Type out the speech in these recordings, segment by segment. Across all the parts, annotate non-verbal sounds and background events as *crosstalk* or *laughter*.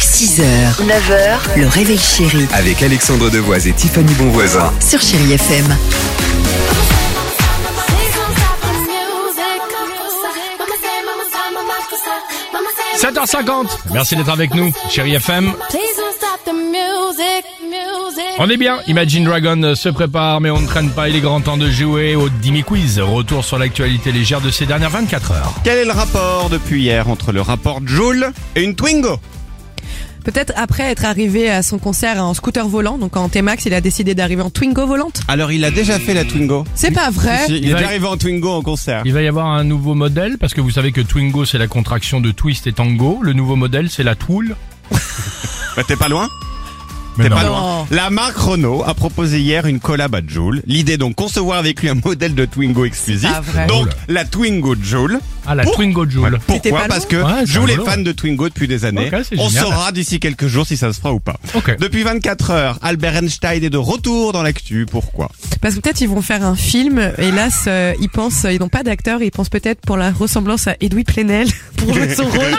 6h, 9h, le réveil chéri Avec Alexandre Devoise et Tiffany Bonvoisin. sur Chéri FM. Please 7h50, merci d'être avec nous, chérie FM. don't stop the music, music. On est bien, Imagine Dragon se prépare, mais on ne traîne pas, il est grand temps de jouer au Dimi Quiz. Retour sur l'actualité légère de ces dernières 24 heures. Quel est le rapport depuis hier entre le rapport Joule et une Twingo Peut-être après être arrivé à son concert en scooter volant, donc en T-Max, il a décidé d'arriver en Twingo volante. Alors il a déjà fait la Twingo C'est pas vrai. Si, Il est va- déjà arrivé en Twingo en concert. Il va y avoir un nouveau modèle, parce que vous savez que Twingo c'est la contraction de Twist et Tango, le nouveau modèle c'est la Twoul. Bah, T'es pas loin Mais T'es non. pas Non. loin. La marque Renault a proposé hier une collab à Joule. L'idée donc concevoir avec lui un modèle de Twingo exclusif. pas vrai. Donc la Twingo Joule. Ah la Pour- Twingo Joule. T'étais pas Pourquoi loin Parce que Ouais, c'est Joule est rigolo, fan de Twingo depuis des années. Ok, c'est On génial. saura d'ici quelques jours si ça se fera ou pas. Ok. Depuis 24 heures, Albert Einstein est de retour dans l'actu. Pourquoi Parce que peut-être ils vont faire un film. Hélas, euh, ils pensent, ils n'ont pas d'acteur, ils pensent peut-être pour la ressemblance à Edoui Plenel *laughs* pour jouer *laughs* son rôle.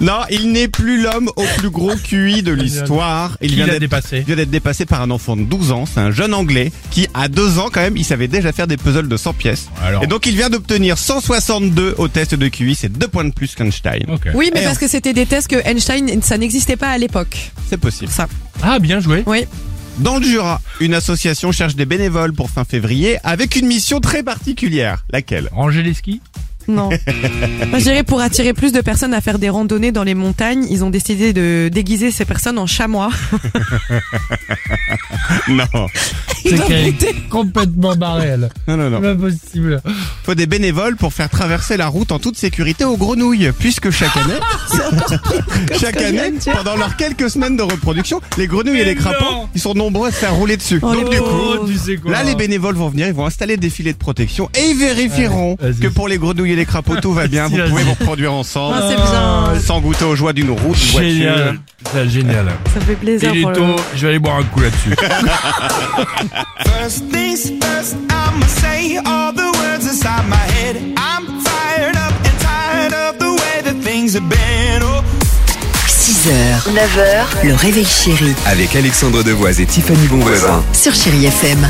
Non, il n'est plus l'homme au plus gros QI de l'histoire. Ah, Qui l'a d'être- dépassé il vient d'être dépassé par un enfant de 12 ans. C'est un jeune anglais qui, à 2 ans quand même, il savait déjà faire des puzzles de 100 pièces. Alors. Et donc il vient d'obtenir 162 au test de QI. C'est 2 points de plus qu'Einstein. Ok. Oui, mais Et parce que c'était des tests que Einstein, ça n'existait pas à l'époque. C'est possible. Ça. Ah bien joué. Oui. Dans le Jura, une association cherche des bénévoles pour fin février avec une mission très particulière. Laquelle *laughs* Ranger les skis. *laughs* Non. Moi, je dirais pour attirer plus de personnes à faire des randonnées dans les montagnes, ils ont décidé de déguiser ces personnes en chamois. *laughs* Non. Ils doivent qu'elle est péter. complètement barré elle. Non, non, non. Pas possible. Faut des bénévoles pour faire traverser la route en toute sécurité aux grenouilles, puisque chaque *laughs* année, chaque que je viens année, de dire. pendant leurs quelques semaines de reproduction, les grenouilles et Mais les crapauds, non. ils sont nombreux à se faire rouler dessus. Oh, Donc les du coup, Oh, tu sais quoi là, les bénévoles vont venir, ils vont installer des filets de protection et ils vérifieront Ouais, vas-y. que pour les grenouilles et les crapauds, tout va bien. Si, Vous vas-y. Ah. pouvez vous reproduire Ah, ensemble, c'est bien. sans goûter aux joies d'une route, d'une voiture. Génial. C'est génial. Ça fait plaisir Il est pour le. tôt, je vais aller boire un coup là-dessus. First things first, I'ma say all the words inside my head. I'm fired up and tired of the way that things have been. Oh. 6h, 9h, le réveil chéri Avec Alexandre Devoise et Tiffany Bonvoisin. sur Chéri FM.